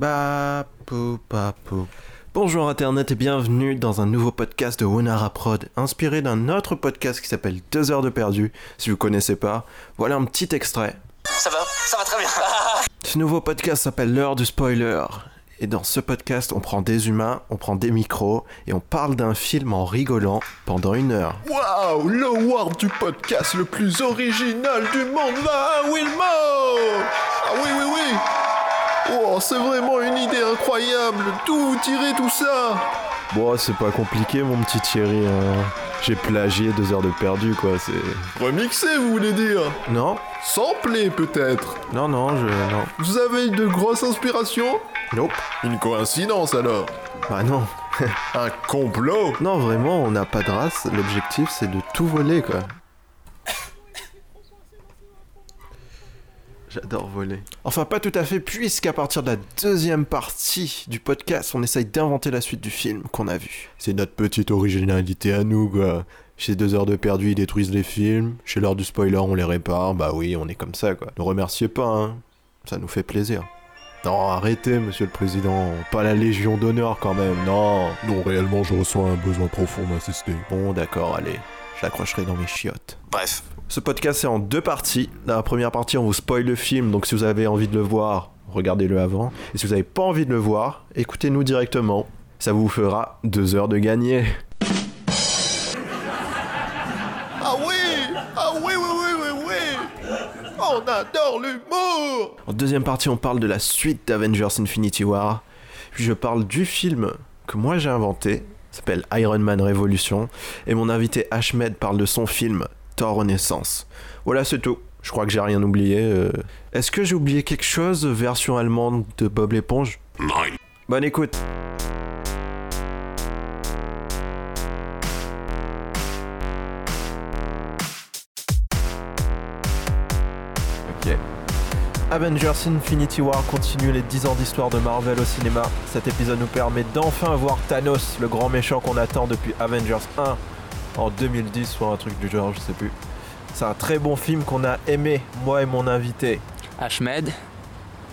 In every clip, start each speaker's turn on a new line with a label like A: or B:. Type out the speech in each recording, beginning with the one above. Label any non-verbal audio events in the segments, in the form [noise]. A: Ba, pou, pa, pou. Bonjour Internet et bienvenue dans un nouveau podcast de Wonara Prod, inspiré d'un autre podcast qui s'appelle 2 heures de perdu. Si vous connaissez pas, voilà un petit extrait.
B: Ça va Ça va très bien.
A: Ce nouveau podcast s'appelle L'heure du spoiler. Et dans ce podcast, on prend des humains, on prend des micros et on parle d'un film en rigolant pendant une heure.
C: Waouh, l'award du podcast le plus original du monde va à Wilmo Ah oui, oui, oui Oh, c'est vraiment une idée incroyable D'où vous tirez tout ça
A: Bon, c'est pas compliqué, mon petit Thierry. hein. J'ai plagié deux heures de perdu, quoi. C'est.
C: Remixer, vous voulez dire
A: Non,
C: Sampler, peut-être
A: non, non, je. Non.
C: Vous avez de grosses inspirations
A: Nope.
C: Une coïncidence, alors
A: Bah non.
C: Un complot
A: Non, vraiment, on n'a pas de race. L'objectif, c'est de tout voler, quoi. J'adore voler. Enfin, pas tout à fait, puisqu'à partir de la deuxième partie du podcast, on essaye d'inventer la suite du film qu'on a vu. C'est notre petite originalité à nous, quoi. Chez deux heures de perdu, ils détruisent les films. Chez l'heure du spoiler, on les répare. Bah oui, on est comme ça, quoi. Ne remerciez pas, hein. Ça nous fait plaisir. Non, arrêtez, monsieur le président. Pas la Légion d'honneur, quand même, non.
C: Non, réellement, je ressens un besoin profond d'insister.
A: Bon, d'accord, allez. Je l'accrocherai dans mes chiottes.
B: Bref,
A: Ce podcast est en deux parties. Dans la première partie, on vous spoil le film, donc si vous avez envie de le voir, regardez-le avant. Et si vous n'avez pas envie de le voir, écoutez-nous directement. Ça vous fera deux heures de gagner.
C: Ah oui Ah oui, oui, oui, oui, oui On adore l'humour
A: En deuxième partie, on parle de la suite d'Avengers Infinity War. Puis je parle du film que moi j'ai inventé, s'appelle Iron Man Révolution. Et mon invité Ahmed parle de son film Thor Renaissance. Voilà, c'est tout. Je crois que j'ai rien oublié. euh. Est-ce que j'ai oublié quelque chose, version allemande de Bob l'éponge Bonne écoute Ok. Avengers Infinity War continue les 10 ans d'histoire de Marvel au cinéma. Cet épisode nous permet d'enfin voir Thanos, le grand méchant qu'on attend depuis Avengers 1 en 2010, soit un truc du genre, je sais plus. C'est un très bon film qu'on a aimé, moi et mon invité.
B: Ahmed,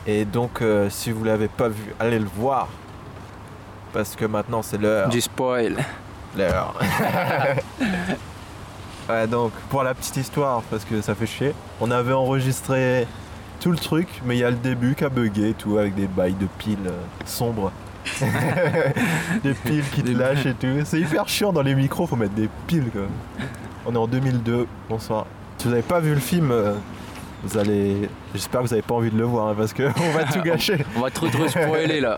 A: Et donc, euh, si vous l'avez pas vu, allez le voir. Parce que maintenant, c'est l'heure.
B: du spoil.
A: L'heure. [laughs] ouais, donc, pour la petite histoire, parce que ça fait chier, on avait enregistré tout le truc, mais il y a le début qui a bugué, et tout, avec des bails de piles euh,
B: [laughs]
A: sombres. des piles qui te
B: Des-
A: lâchent et tout. C'est hyper chiant dans les micros, faut mettre des piles quoi. On est en 2002, bonsoir. Si vous n'avez pas vu le film, euh, vous allez. J'espère que vous n'avez pas envie de le voir, hein, parce que [laughs] on va tout gâcher.
B: On va trop trop spoiler là.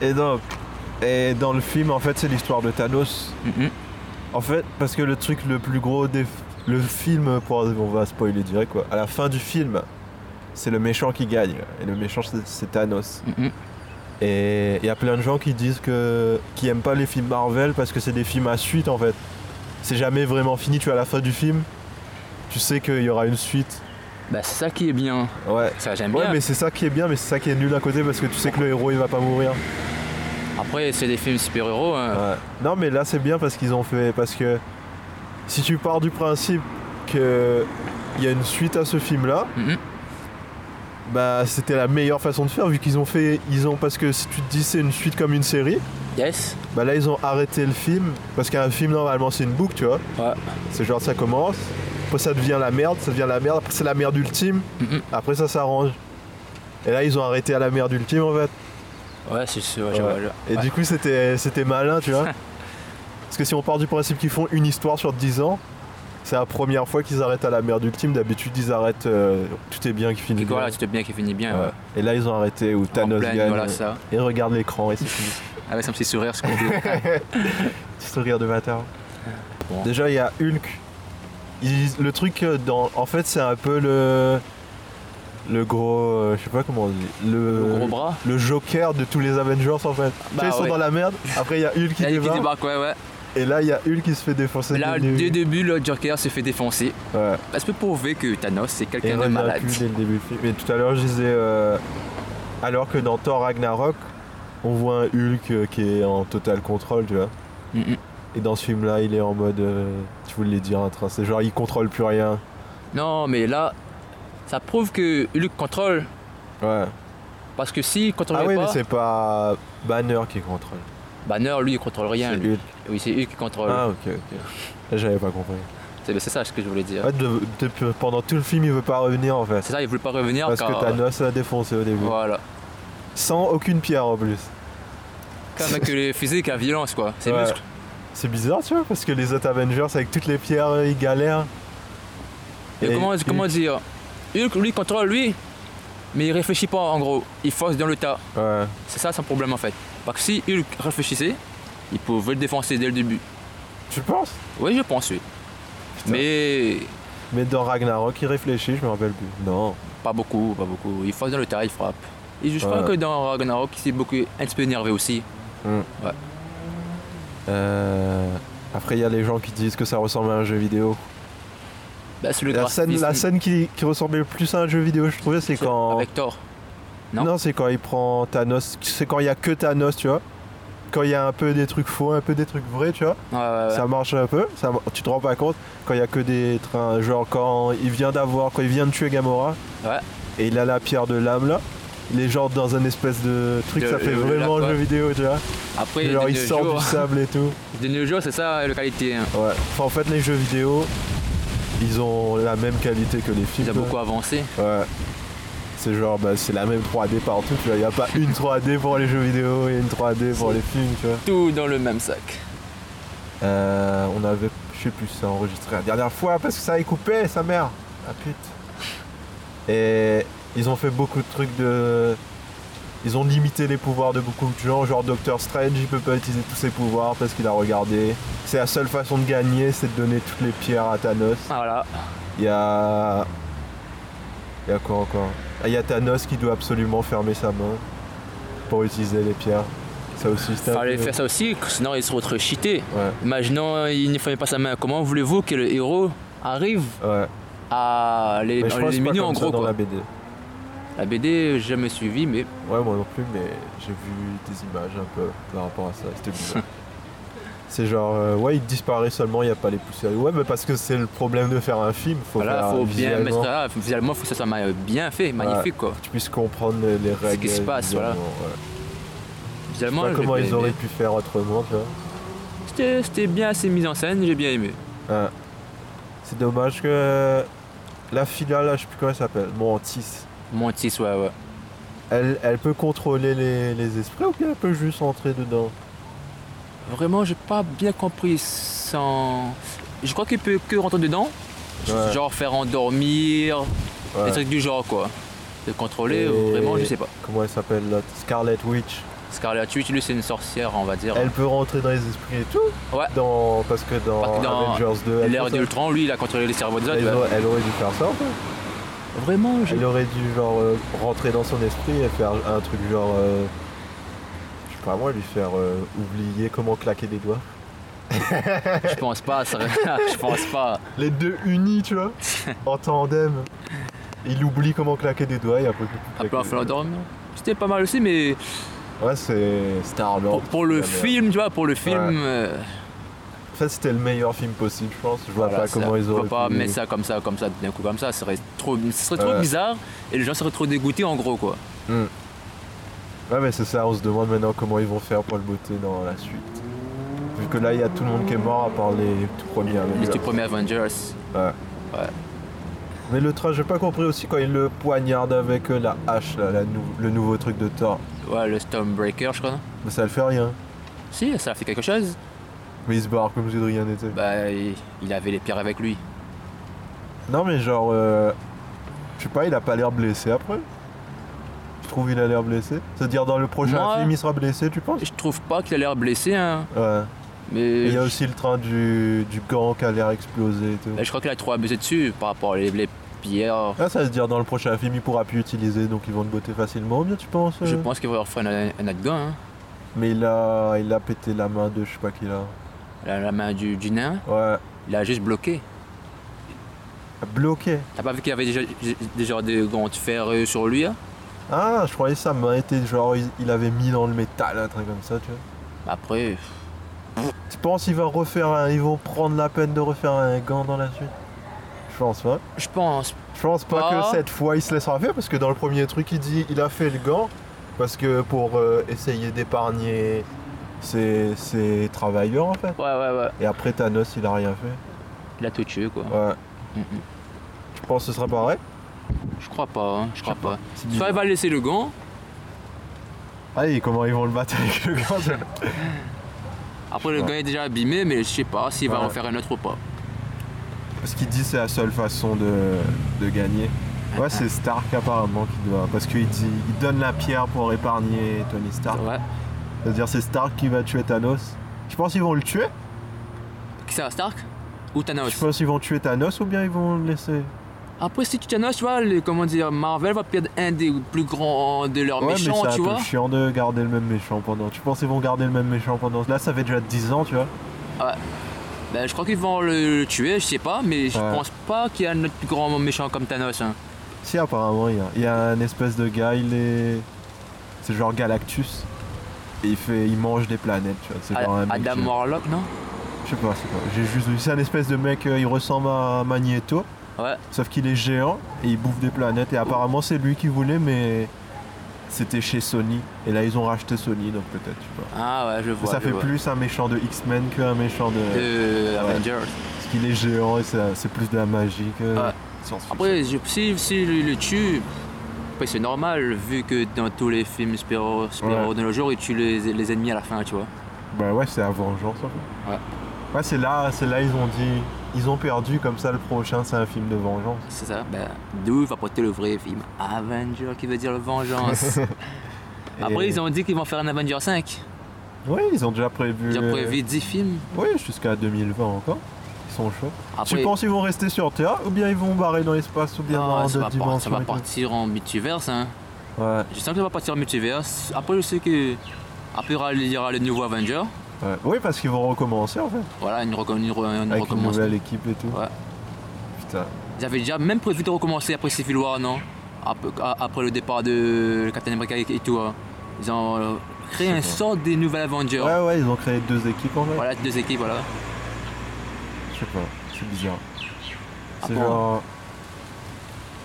A: Et donc, et dans le film, en fait, c'est l'histoire de Thanos.
B: Mhm.
A: En fait, parce que le truc le plus gros des. Le film, pour- on va spoiler direct quoi. À la fin du film, c'est le méchant qui gagne. Et le méchant, c'est- c'est Thanos.
B: Mhm.
A: Et il y a plein de gens qui disent que. qui aiment pas les films Marvel parce que c'est des films à suite en fait. C'est jamais vraiment fini, tu es à la fin du film. Tu sais qu'il y aura une suite.
B: [laughs] Bah c'est ça qui est bien.
A: Ouais.
B: Ça j'aime
A: Ouais,
B: bien.
A: mais c'est ça qui est bien, mais c'est ça qui est nul à côté parce que tu sais que le héros il va pas mourir.
B: Après c'est des films hein. super héros.
A: Ouais. Non mais là c'est bien parce qu'ils ont fait parce que si tu pars du principe que il y a une suite à ce film là,
B: Mhm.
A: bah c'était la meilleure façon de faire vu qu'ils ont fait ils ont parce que si tu te dis c'est une suite comme une série,
B: Yes.
A: bah là ils ont arrêté le film parce qu'un film normalement c'est une boucle tu vois.
B: Ouais.
A: C'est genre ça commence, après ça devient la merde, ça devient la merde, après c'est la merde ultime,
B: Mhm.
A: après ça s'arrange. Et là ils ont arrêté à la merde ultime en fait.
B: Ouais c'est sûr.
A: Ouais. Et du coup, c'était c'était malin, tu vois.
B: [laughs]
A: Parce que si on part du principe qu'ils font une histoire sur 10 ans, c'est la première fois qu'ils arrêtent à la merde ultime. D'habitude, ils arrêtent euh, tout est bien qui finit.
B: Et quoi
A: bien.
B: là tu te bien qu'il finit bien.
A: Ouais.
B: ouais.
A: Et là, ils ont arrêté où
B: en
A: Thanos
B: pleine,
A: gagne.
B: voilà ça.
A: Et regarde l'écran et c'est
B: [laughs]
A: fini.
B: Avec un petit sourire ce qu'on
A: [laughs]
B: dit.
A: Petit sourire de bâtard.
B: Bon.
A: Déjà, il y a Hulk. Il- le truc, euh, dans, en fait, c'est un peu le. Le gros. euh, je sais pas comment on dit.
B: Le
A: Le,
B: gros bras.
A: le Joker de tous les Avengers, en fait. Tu
B: Bah
A: sais, ils sont
B: ouais.
A: dans la merde. Après, il y a Hulk qui
B: Il y a des qui
A: débarque.
B: débarquent, ouais, ouais.
A: Et là, il y a Hulk qui se fait défoncer.
B: Là,
A: dès le
B: dès le
A: début.
B: début, le Joker se fait défoncer.
A: Ouais.
B: Parce que prouver que Thanos, c'est
A: Et
B: quelqu'un
A: il
B: de
A: revient
B: malade.
A: plus dès le début du film. Mais tout à l'heure, je disais. euh, Alors que dans Thor Ragnarok, on voit un Hulk euh, qui est en total contrôle, tu vois.
B: Mhm.
A: Et dans ce film-là, il est en mode. euh, Tu voulais dire un train. C'est genre, il contrôle plus rien.
B: Non, mais là, ça prouve que Hulk contrôle.
A: Ouais.
B: Parce que si, il contrôlait
A: Ah oui, mais
B: pas,
A: c'est pas Banner qui contrôle.
B: Banner, lui, il contrôle rien.
A: C'est
B: lui.
A: Hulk.
B: Oui, c'est eux qui contrôlent.
A: Ah, ok, ok. Là, j'avais pas compris.
B: C'est ben, c'est ça ce que je voulais dire.
A: Ouais, de- depuis- pendant tout le film, il veut pas revenir en fait.
B: C'est ça, il voulait pas revenir
A: Parce
B: car... euh,
A: que Thanos l'a défoncé au début.
B: Voilà.
A: Sans aucune pierre en plus.
B: Comme avec le physique, la violence, quoi. C'est
A: Ouais.
B: muscle.
A: C'est bizarre, tu vois, parce que les autres Avengers, avec toutes les pierres, euh, ils galèrent.
B: Et
A: Et
B: comment,
A: Hulk-
B: comment dire Hulk, lui, contrôle lui, mais il réfléchit pas, en gros. Il force dans le tas.
A: Ouais.
B: C'est ça son problème, en fait. Parce que si Hulk réfléchissait, il pouvait le défoncer dès le début.
A: Tu penses
B: Oui, je pense, oui.
A: Putain.
B: Mais
A: Mais dans Ragnarok, il réfléchit, je me rappelle plus. Non.
B: pas beaucoup, pas beaucoup. Il force dans le tas, il frappe. Et je crois
A: Ouais.
B: que dans Ragnarok, il s'est beaucoup, un petit peu énervé aussi.
A: Euh, Après, il y a les gens qui disent que ça ressemble à un jeu vidéo.
B: Bah, c'est le
A: La scène, la
B: graphisme
A: scène qui, qui ressemblait le plus à un jeu vidéo, je trouvais, c'est quand.
B: Avec Thor.
A: Non,
B: non
A: c'est quand il prend Thanos. C'est quand il y a que Thanos, tu vois. Quand il y a un peu des trucs faux, un peu des trucs vrais, tu vois.
B: Ouais, ouais, ouais.
A: Ça marche un peu. Ça, tu te rends pas compte quand il y a que des trains. Genre quand il vient d'avoir, quand il vient de tuer Gamora.
B: Ouais.
A: Et il a la pierre de l'âme là. Il est genre dans un espèce de truc,
B: De-
A: ça fait
B: euh,
A: vraiment
B: là,
A: jeu
B: quoi.
A: vidéo, tu vois.
B: Après,
A: genre
B: de
A: il
B: nos
A: sort
B: jours-
A: du sable et tout.
B: de nos jours, c'est ça la qualité. hein.
A: Ouais. Enfin, en fait, les jeux vidéo, ils ont la même qualité que les films.
B: Ils ont
A: quoi.
B: beaucoup avancé.
A: Ouais. C'est genre, bah, c'est la même 3D partout, tu vois. Il a pas une 3D pour les jeux vidéo et une 3D pour les films, tu vois.
B: Tout dans le même sac.
A: Euh, on avait, je sais plus, ça enregistré la dernière fois parce que ça a coupé, sa mère. Ah pute. Et ils ont fait beaucoup de trucs de. Ils ont limité les pouvoirs de beaucoup de gens, genre Doctor Strange, il peut pas utiliser tous ses pouvoirs parce qu'il a regardé. C'est la seule façon de gagner, c'est de donner toutes les pierres à Thanos.
B: Ah, Voilà.
A: Il y a. Il y a quoi encore Ah, Il y a Thanos qui doit absolument fermer sa main pour utiliser les pierres. Ça aussi, c'était un
B: Fallait
A: peu-
B: faire ça aussi, sinon il serait trop cheaté.
A: Ouais,
B: Imaginons, il ne fallait pas sa main. Comment voulez-vous que le héros arrive
A: ouais.
B: à les
A: Mais je pense pas
B: éliminer en
A: comme ça
B: gros
A: dans
B: quoi.
A: la BD.
B: La... BD, j'ai jamais suivi, mais
A: Ouais, moi non plus, mais j'ai vu des images un peu par rapport à ça. C'était
B: [laughs]
A: bizarre. c'est genre, euh, ouais, il disparaît seulement, il n'y a pas les poussières. Ouais, mais parce que c'est le problème de faire un film. Faut
B: voilà,
A: faire
B: faut bien mettre
A: visuellement,
B: ça. Visuellement, faut que ça soit ma- bien fait, magnifique quoi.
A: que Tu puisses comprendre les les règles.
B: qui se passe, voilà.
A: visuellement, ouais. Je
B: Visuellement,
A: sais pas
B: j'ai
A: comment
B: bien
A: ils
B: aimé.
A: auraient pu faire autrement, tu vois.
B: C'était c'était bien assez mis en scène, j'ai bien aimé.
A: C'est dommage que euh, la finale, là, je sais plus comment elle s'appelle, Mantis,
B: Montis, ouais, ouais.
A: elle, elle peut contrôler les, les esprits ou bien elle peut juste entrer dedans
B: Vraiment, j'ai pas bien compris sans. Je crois qu'il peut que rentrer dedans,
A: Ouais.
B: genre faire endormir,
A: Ouais.
B: des trucs du genre quoi. Le contrôler,
A: Et-
B: vraiment, je sais pas.
A: Comment elle s'appelle l'autre Scarlet Witch.
B: Scarlet Witch, lui, c'est une sorcière, on va dire.
A: Elle peut rentrer dans les esprits et tout
B: Ouais.
A: dans, Parce que dans,
B: Parce que dans
A: Avengers 2, elle,
B: L'ère
A: fait ça.
B: d'Ultron, lui, il a contrôlé les cerveaux des autres.
A: Elle
B: ouais.
A: aurait- elle aurait dû faire ça en fait.
B: Vraiment, j'ai
A: Elle aurait dû genre euh, rentrer dans son esprit et faire un truc genre. euh, je sais pas moi, lui faire euh, oublier comment claquer des doigts.
B: Je pense pas, ça... [laughs] je pense pas.
A: Les deux unis, tu
B: [laughs]
A: vois, en tandem. Il oublie comment claquer des doigts et après.
B: Après, on fait l'endormir. C'était pas mal aussi, mais
A: Ouais, c'est Star Lord.
B: pour, pour le film, tu vois, pour le film,
A: Ouais.
B: euh,
A: En fait, c'était le meilleur film possible, je pense. Je vois
B: voilà,
A: pas comment
B: ça-
A: ils
B: on
A: auraient
B: peut pas
A: pu-
B: mettre ça comme ça, comme ça, d'un coup comme ça, ça serait trop, ce serait trop
A: Ouais.
B: bizarre et les gens seraient trop dégoûtés en gros quoi.
A: Ouais, mais c'est ça. On se demande maintenant comment ils vont faire pour le beauté dans la suite. Vu que là, il y a tout le monde qui est mort à part les tout premiers. hein.
B: Les
A: Avengers.
B: tout premiers Avengers.
A: Ouais.
B: Ouais.
A: Mais le train, j'ai pas compris aussi quand il le poignarde avec euh, la hache, là, la nou- le nouveau truc de Thor.
B: Ouais, le Stormbreaker, je crois.
A: Mais ça le fait rien.
B: Si, ça a fait quelque chose.
A: Mais il se barre comme si de rien n'était.
B: Bah, il il avait les pierres avec lui.
A: Non, mais genre. euh, je sais pas, il a pas l'air blessé après. Je trouve qu'il a l'air blessé. C'est-à-dire dans le prochain
B: Moi-
A: film, il sera blessé, tu penses
B: Je trouve pas qu'il a l'air blessé, hein.
A: Ouais. Et
B: Mais
A: Il y a
B: je-
A: aussi le train du, du gant qui a l'air explosé et tout.
B: bah, je crois qu'il a trop abusé dessus par rapport aux les pierres.
A: Là, Ah, ça veut dire dans le prochain film, il pourra plus utiliser, donc ils vont le botter facilement, ou bien tu penses euh
B: Je pense qu'il va leur faire un, un autre gant, hein.
A: Mais il a, il a pété la main de je sais pas qui là.
B: La, la main du, du nain,
A: Ouais.
B: il a juste bloqué.
A: Bloqué.
B: T'as pas vu qu'il y avait déjà, déjà des gants de fer euh, sur lui hein
A: Ah, je croyais que sa main était genre, il, il avait mis dans le métal, un truc comme ça, tu vois.
B: Après, pff,
A: Tu penses qu'ils vont refaire un- ils vont prendre la peine de refaire un gant dans la suite Je pense pas.
B: je pense.
A: Je pense pas
B: Ah.
A: que cette fois il se laissera faire parce que dans le premier truc il dit il a fait le gant Parce que pour euh, essayer d'épargner ses, ses travailleurs en fait.
B: Ouais, ouais, ouais.
A: Et après Thanos il a rien fait.
B: Il a tout tué, quoi.
A: Ouais.
B: Mm, mm.
A: Tu penses que ce serait pareil
B: Je crois pas, hein, je crois pas.
A: C'est
B: Soit il va laisser le gant,
A: Ah et comment ils vont le battre avec le gant je-
B: après le
A: Ouais.
B: gant est déjà abîmé, mais je sais pas s'il va
A: Ouais.
B: en faire un autre ou pas.
A: Parce qu'il dit que c'est la seule façon de, de gagner. Ouais c'est Stark apparemment qui doit. Parce qu'il dit il donne la pierre pour épargner Tony Stark.
B: Ouais.
A: C'est-à-dire c'est Stark qui va tuer Thanos. Je pense qu'ils vont le tuer.
B: Qui ça, Stark Ou Thanos
A: Je pense qu'ils vont tuer Thanos ou bien ils vont le laisser.
B: Après, si tu Thanos, tu vois, le- comment dire, Marvel va perdre un des plus grands de leurs
A: ouais,
B: méchants,
A: mais c'est
B: tu
A: un
B: vois.
A: peu chiant de garder le même méchant pendant. Tu penses qu'ils vont garder le même méchant pendant Là, ça fait déjà 10 ans, tu vois.
B: Ben, je crois qu'ils vont le, le tuer, je sais pas, mais je
A: Ouais.
B: pense pas qu'il y a un autre plus grand méchant comme Thanos. hein.
A: Si, apparemment, il y a, il y a un espèce de gars, il est. C'est genre Galactus. Et il, fait, il mange des planètes, tu vois. C'est genre un
B: Ad-
A: mec
B: Adam
A: qui-
B: Warlock, non
A: Je sais pas, c'est pas. J'ai juste vu. C'est un espèce de mec, euh, il ressemble à Magneto.
B: Ouais.
A: Sauf qu'il est géant et il bouffe des planètes. Et apparemment, c'est lui qui voulait, mais. C'était chez Sony. Et là, ils ont racheté Sony, donc peut-être, tu vois.
B: Ah ouais, Euh. je vois.
A: ça
B: je
A: fait
B: vois.
A: plus un méchant de X-Men qu'un méchant de.
B: De
A: Ouais.
B: Avengers.
A: Parce qu'il est géant et ça- c'est plus de la magie que
B: Ouais.
A: science-fiction.
B: Après, je, si, si il le tue, après c'est normal, vu que dans tous les films super super
A: Ouais.
B: de nos jours, ils tuent les, les ennemis à la fin, tu vois.
A: Bah ouais, c'est la vengeance en fait.
B: Ouais.
A: Ouais, c'est là, c'est là ils ont dit, ils ont perdu comme ça le prochain, c'est un film de vengeance.
B: C'est ça, ben, d'où va porter le vrai film Avenger, qui veut dire
A: [laughs]
B: le vengeance. [laughs] Après,
A: Et-
B: ils ont dit qu'ils vont faire un Avenger 5.
A: Ouais, ils ont déjà prévu. euh,
B: Ils ont prévu 10 films.
A: Ouais, jusqu'à 2020 encore. Ils sont chauds.
B: Après,
A: Tu penses qu'ils vont rester sur Terre ou bien ils vont barrer dans l'espace ou bien
B: non,
A: dans
B: ça,
A: d'autres
B: va par- ça
A: dimensions
B: va
A: et tout
B: partir en multiverse. Hein.
A: Ouais,
B: Je sens que ça va partir en multiverse. Après, je sais que. Après, il y aura- il y aura le nouveau Avenger.
A: ouais. Oui, parce qu'ils vont recommencer en fait.
B: Voilà, une, recon- une, re- une
A: Avec une
B: recommence-
A: nouvelle équipe et tout.
B: Ouais.
A: Putain.
B: Ils avaient déjà même prévu de recommencer après Civil War, non après, a- après le départ de Captain America et et tout. hein. Ils ont euh, créé
A: Je sais
B: un
A: pas.
B: sort des nouvelles Avengers.
A: Ouais, ouais, ils ont créé deux équipes en fait.
B: Voilà, deux équipes, voilà.
A: Je sais pas, c'est bizarre.
B: Ah
A: C'est
B: bon
A: genre.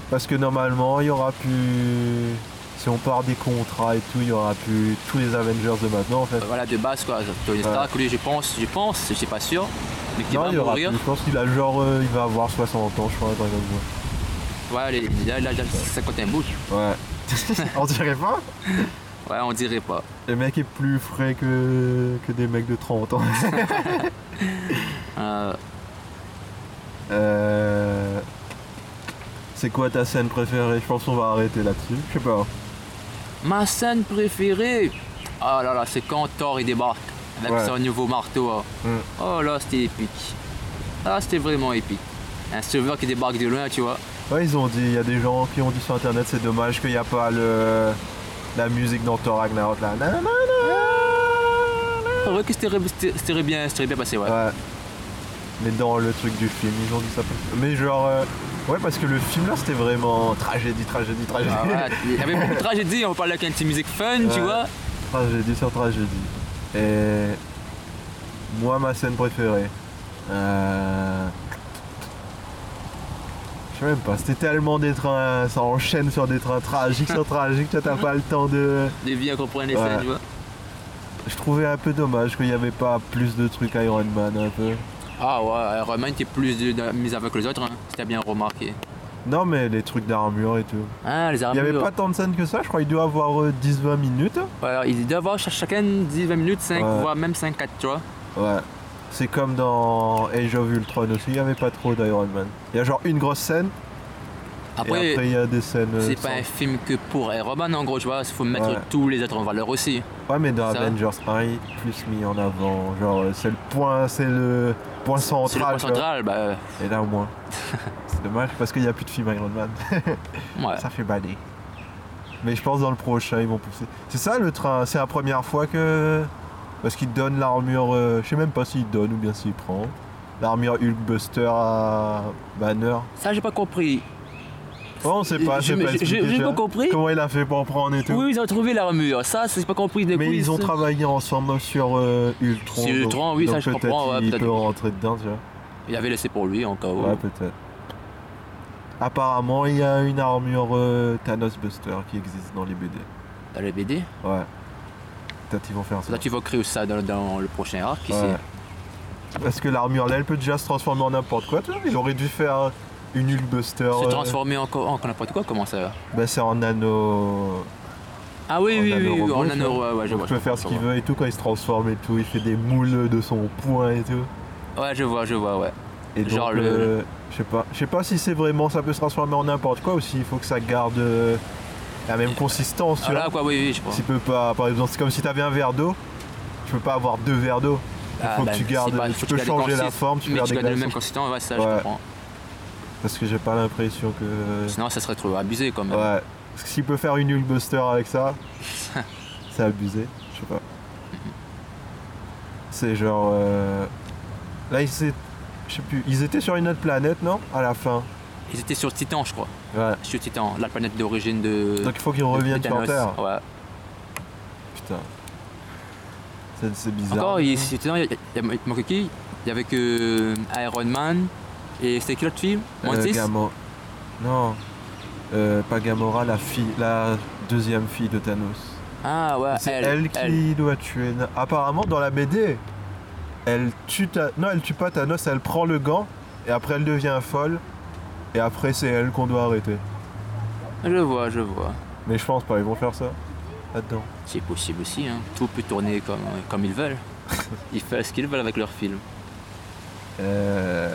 A: Parce que normalement, il y aura plus. Si on part des contrats et tout, il y aura plus tous les Avengers de maintenant en fait.
B: Euh, Voilà, de base, quoi. Tony Stark, lui, je pense, je pense, je suis pas sûr, mais qui
A: Non,
B: va
A: il y aura
B: mourir.
A: plus. Je pense qu'il a genre. euh, il va avoir 60 ans, je crois, un truc comme
B: Voilà, les- là, là, là, 51 bouts.
A: ça. Ouais. [laughs] on dirait pas
B: Ouais, on dirait pas.
A: Le mec est plus frais que, que des mecs de 30 ans.
B: Euh,
A: [laughs] Euh, C'est quoi ta scène préférée Je pense qu'on va arrêter là-dessus. Je sais pas.
B: ma scène préférée, ah là là, c'est quand Thor il débarque avec
A: Ouais.
B: son nouveau marteau. hein.
A: Mm.
B: Oh là, c'était épique. Ah, c'était vraiment épique. Un sauveur qui débarque de loin, tu vois.
A: Ouais, ils ont dit, il y a des gens qui ont dit sur internet, c'est dommage qu'il n'y a pas le la musique dans Thor Ragnarok là. Nanana.
B: C'est vrai que Oh, c'était c'était- c'était bien, c'était bien passé, ouais.
A: Ouais. Mais dans le truc du film, ils ont dit ça. pas- Mais genre, euh, ouais, parce que le film là, c'était vraiment tragédie, tragédie, tragédie,
B: Ah, ouais, Il y avait beaucoup de tragédie, on parlait avec une petite musique fun, tu
A: Ouais.
B: vois.
A: [laughs] tragédie sur tragédie. Et moi, ma scène préférée. euh, Je sais même pas, c'était tellement des trains, ça enchaîne sur des trains tragiques sur tragiques, tu vois, t'as pas le temps de...
B: Les vies à comprendre les
A: Ouais.
B: scènes, tu vois.
A: Je trouvais un peu dommage qu'il n'y avait pas plus de trucs Iron Man un peu.
B: Ah ouais, Iron Man était plus de, de mise avec les autres, hein, si t'as bien remarqué.
A: Non mais les trucs d'armure et tout.
B: Ah, les
A: Il n'y
B: armures.
A: avait pas tant de scènes que ça, je crois qu'il doit avoir euh, 10-20 minutes.
B: Voilà, il doit avoir ch- chacun 10-20 minutes, 5,
A: Ouais.
B: voire même 5, 4, tu vois.
A: Ouais. C'est comme dans Age of Ultron aussi, il n'y avait pas trop d'Iron Man. Il y a genre une grosse scène et
B: Après,
A: après il y a des scènes... euh,
B: c'est pas un
A: sans-
B: film que pour Iron Man, en gros, tu vois. Il faut mettre
A: Ouais.
B: tous les autres en valeur aussi.
A: Ouais mais dans
B: Ça va.
A: Avengers 1, il est plus mis en avant. Genre euh, c'est le point, c'est le point central.
B: C'est le point
A: tu vois.
B: central, bah. euh,
A: Et là au
B: [laughs]
A: moins. c'est dommage parce qu'il n'y a plus de film Iron Man.
B: Ouais.
A: Ça fait bader. Mais je pense dans le prochain, ils vont pousser. C'est ça le train, c'est la première fois que. Parce qu'il donne l'armure. euh, je sais même pas s'il donne ou bien s'il prend. L'armure Hulkbuster à Banner.
B: Ça, j'ai pas compris.
A: Ouais, on sait pas,
B: J'ai
A: c'est pas
B: j'ai-
A: expliqué,
B: j'ai
A: tu
B: pas
A: vois.
B: compris.
A: Comment il a fait pour en prendre et tout.
B: Oui, ils ont trouvé l'armure. Ça, c'est j'ai pas compris. du
A: Mais
B: coup,
A: ils ont
B: se-
A: travaillé ensemble sur euh, Ultron.
B: Sur
A: donc-
B: Ultron, oui, ça,
A: donc
B: je
A: peut-être
B: comprends, ouais,
A: Il
B: peut-être.
A: peut rentrer dedans, tu vois.
B: Il avait laissé pour lui, encore.
A: Ouais, peut-être. Apparemment, il y a une armure euh, Thanos Buster qui existe dans les BD.
B: dans les BD.
A: Ouais. Peut-être ils vont faire ça.
B: Là, tu vas créer ça dans, dans le prochain arc. qui
A: Ouais.
B: sait.
A: Parce que l'armure là, elle peut déjà se transformer en n'importe quoi. tu vois. Il aurait dû faire une Hulkbuster.
B: Se
A: euh,
B: transformer en, co- en n'importe quoi, comment ça va
A: Bah, c'est en nano.
B: Ah oui,
A: En
B: oui, oui, oui,
A: nanorobot,
B: en
A: tu
B: nano, ouais, ouais, je
A: Donc,
B: vois.
A: il peut
B: je
A: faire
B: vois,
A: ce
B: je
A: qu'il
B: vois.
A: veut et tout quand il se transforme et tout. Il fait des moules de son poing et tout.
B: Ouais, je vois, je vois, ouais.
A: Et donc,
B: Genre le-
A: euh, je sais pas, je sais pas si c'est vraiment ça peut se transformer en n'importe quoi ou s'il faut que ça garde euh, la même consistance. Tu
B: Ah là,
A: vois.
B: quoi, oui, oui, je crois.
A: Tu peux pas, par exemple, c'est comme si t'avais un verre d'eau. Tu peux pas avoir deux verres d'eau. Il
B: Ah,
A: faut
B: bah,
A: que tu
B: c'est
A: gardes,
B: pas-
A: tu
B: faut que
A: peux
B: gardes les
A: changer la
B: consist-
A: forme, tu
B: Mais
A: gardes
B: tu
A: des
B: gardes le
A: glaçons.
B: même consistant, ouais, ça,
A: Ouais.
B: je comprends.
A: Parce que j'ai pas l'impression que.
B: Sinon, ça serait trop abusé quand même.
A: Ouais. Parce que s'il peut faire une Hulkbuster avec
B: [laughs]
A: ça, c'est abusé, je sais pas. C'est genre. euh, Là, ils étaient. Je sais plus. Ils étaient sur une autre planète, non À la fin.
B: Ils étaient sur Titan, je crois.
A: Ouais.
B: Sur Titan, la planète d'origine de.
A: Donc il faut qu'ils
B: de
A: reviennent sur
B: Euh, Thanos.
A: Terre. Oh,
B: Ouais.
A: Putain. C'est- C'est bizarre.
B: Encore, il, sur Titan, il y a- il y a- il manque qui Il y avait que euh, Iron Man. Et c'était qui l'autre fille
A: Euh,
B: Mantis
A: Gamo- Non. Euh, pas Gamora, la fille, la deuxième fille de Thanos.
B: Ah ouais,
A: C'est elle,
B: elle.
A: qui doit tuer. Na- Apparemment, dans la BD, elle tue Ta- non, elle tue pas Thanos, elle prend le gant et après elle devient folle. Et après, c'est elle qu'on doit arrêter.
B: Je vois, je vois.
A: Mais je pense pas, ils vont faire ça là-dedans.
B: C'est possible aussi, hein. Tout peut tourner comme, comme
A: [laughs]
B: ils veulent. ils font ce qu'ils veulent avec leur film.
A: Euh,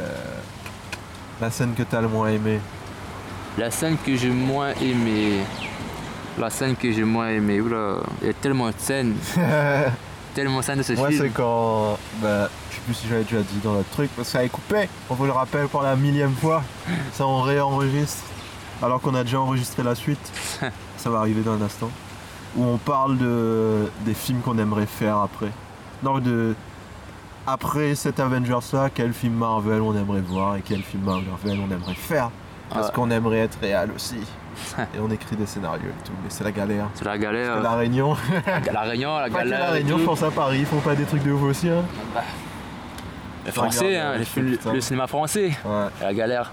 A: La scène que t'as le moins [laughs] aimée.
B: La scène que j'ai moins aimée. La scène que j'ai moins aimée. Oula, il y a tellement de scènes.
A: Moi,
B: Tellement de scènes
A: [laughs]
B: de ce
A: c'est
B: film.
A: quand. Bah, je sais plus si j'avais déjà dit dans l'autre truc, parce que ça est coupé. On vous le rappelle pour la millième fois. Ça, on réenregistre. Alors qu'on a déjà enregistré la suite. [laughs] ça va arriver dans un instant, où on parle de, des films qu'on aimerait faire après. Non, de après cet Avengers là, quel film Marvel on aimerait voir et quel film Marvel on aimerait faire. Parce
B: Ouais.
A: qu'on aimerait être réel [laughs] aussi. et on écrit des scénarios et tout, mais c'est la galère.
B: C'est la galère.
A: La Réunion, [laughs]
B: La, Réunion, la
A: pas que
B: galère.
A: la
B: et
A: Réunion,
B: tout.
A: je pense à Paris, ils font pas des trucs de ouf aussi. Hein.
B: Bah, le français,
A: Regarde,
B: hein,
A: euh,
B: le, film-
A: putain.
B: le cinéma français.
A: Ouais.
B: La galère.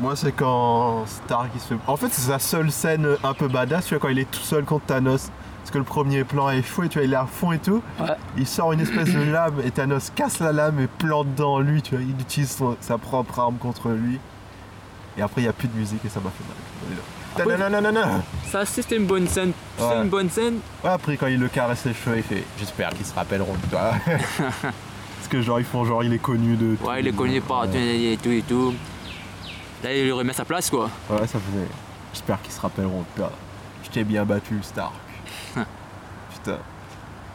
A: Moi, c'est quand Stark il se fait. En fait, c'est sa seule scène un peu badass, tu vois, quand il est tout seul contre Thanos. Parce que le premier plan est fou et tu vois, il est à fond et tout.
B: Ouais.
A: Il sort une espèce de lame et Thanos casse la lame et plante dans lui, tu vois. Il utilise son- sa propre arme contre lui. Et après, il n'y a plus de musique et ça m'a fait mal.
B: Après-
A: Tanananana.
B: Ça, c'était une bonne scène.
A: Ouais.
B: C'est une bonne scène.
A: Ouais, après, quand il le caresse les cheveux, il fait J'espère qu'ils se rappelleront de
B: [laughs]
A: toi. Parce que, genre, ils font genre, il est connu de.
B: Ouais, il est connu par tout et tout et tout. Là, il lui remet sa place, quoi.
A: Ouais, ça faisait. J'espère qu'ils se rappelleront de toi. Je t'ai bien battu, Stark. [laughs] Putain.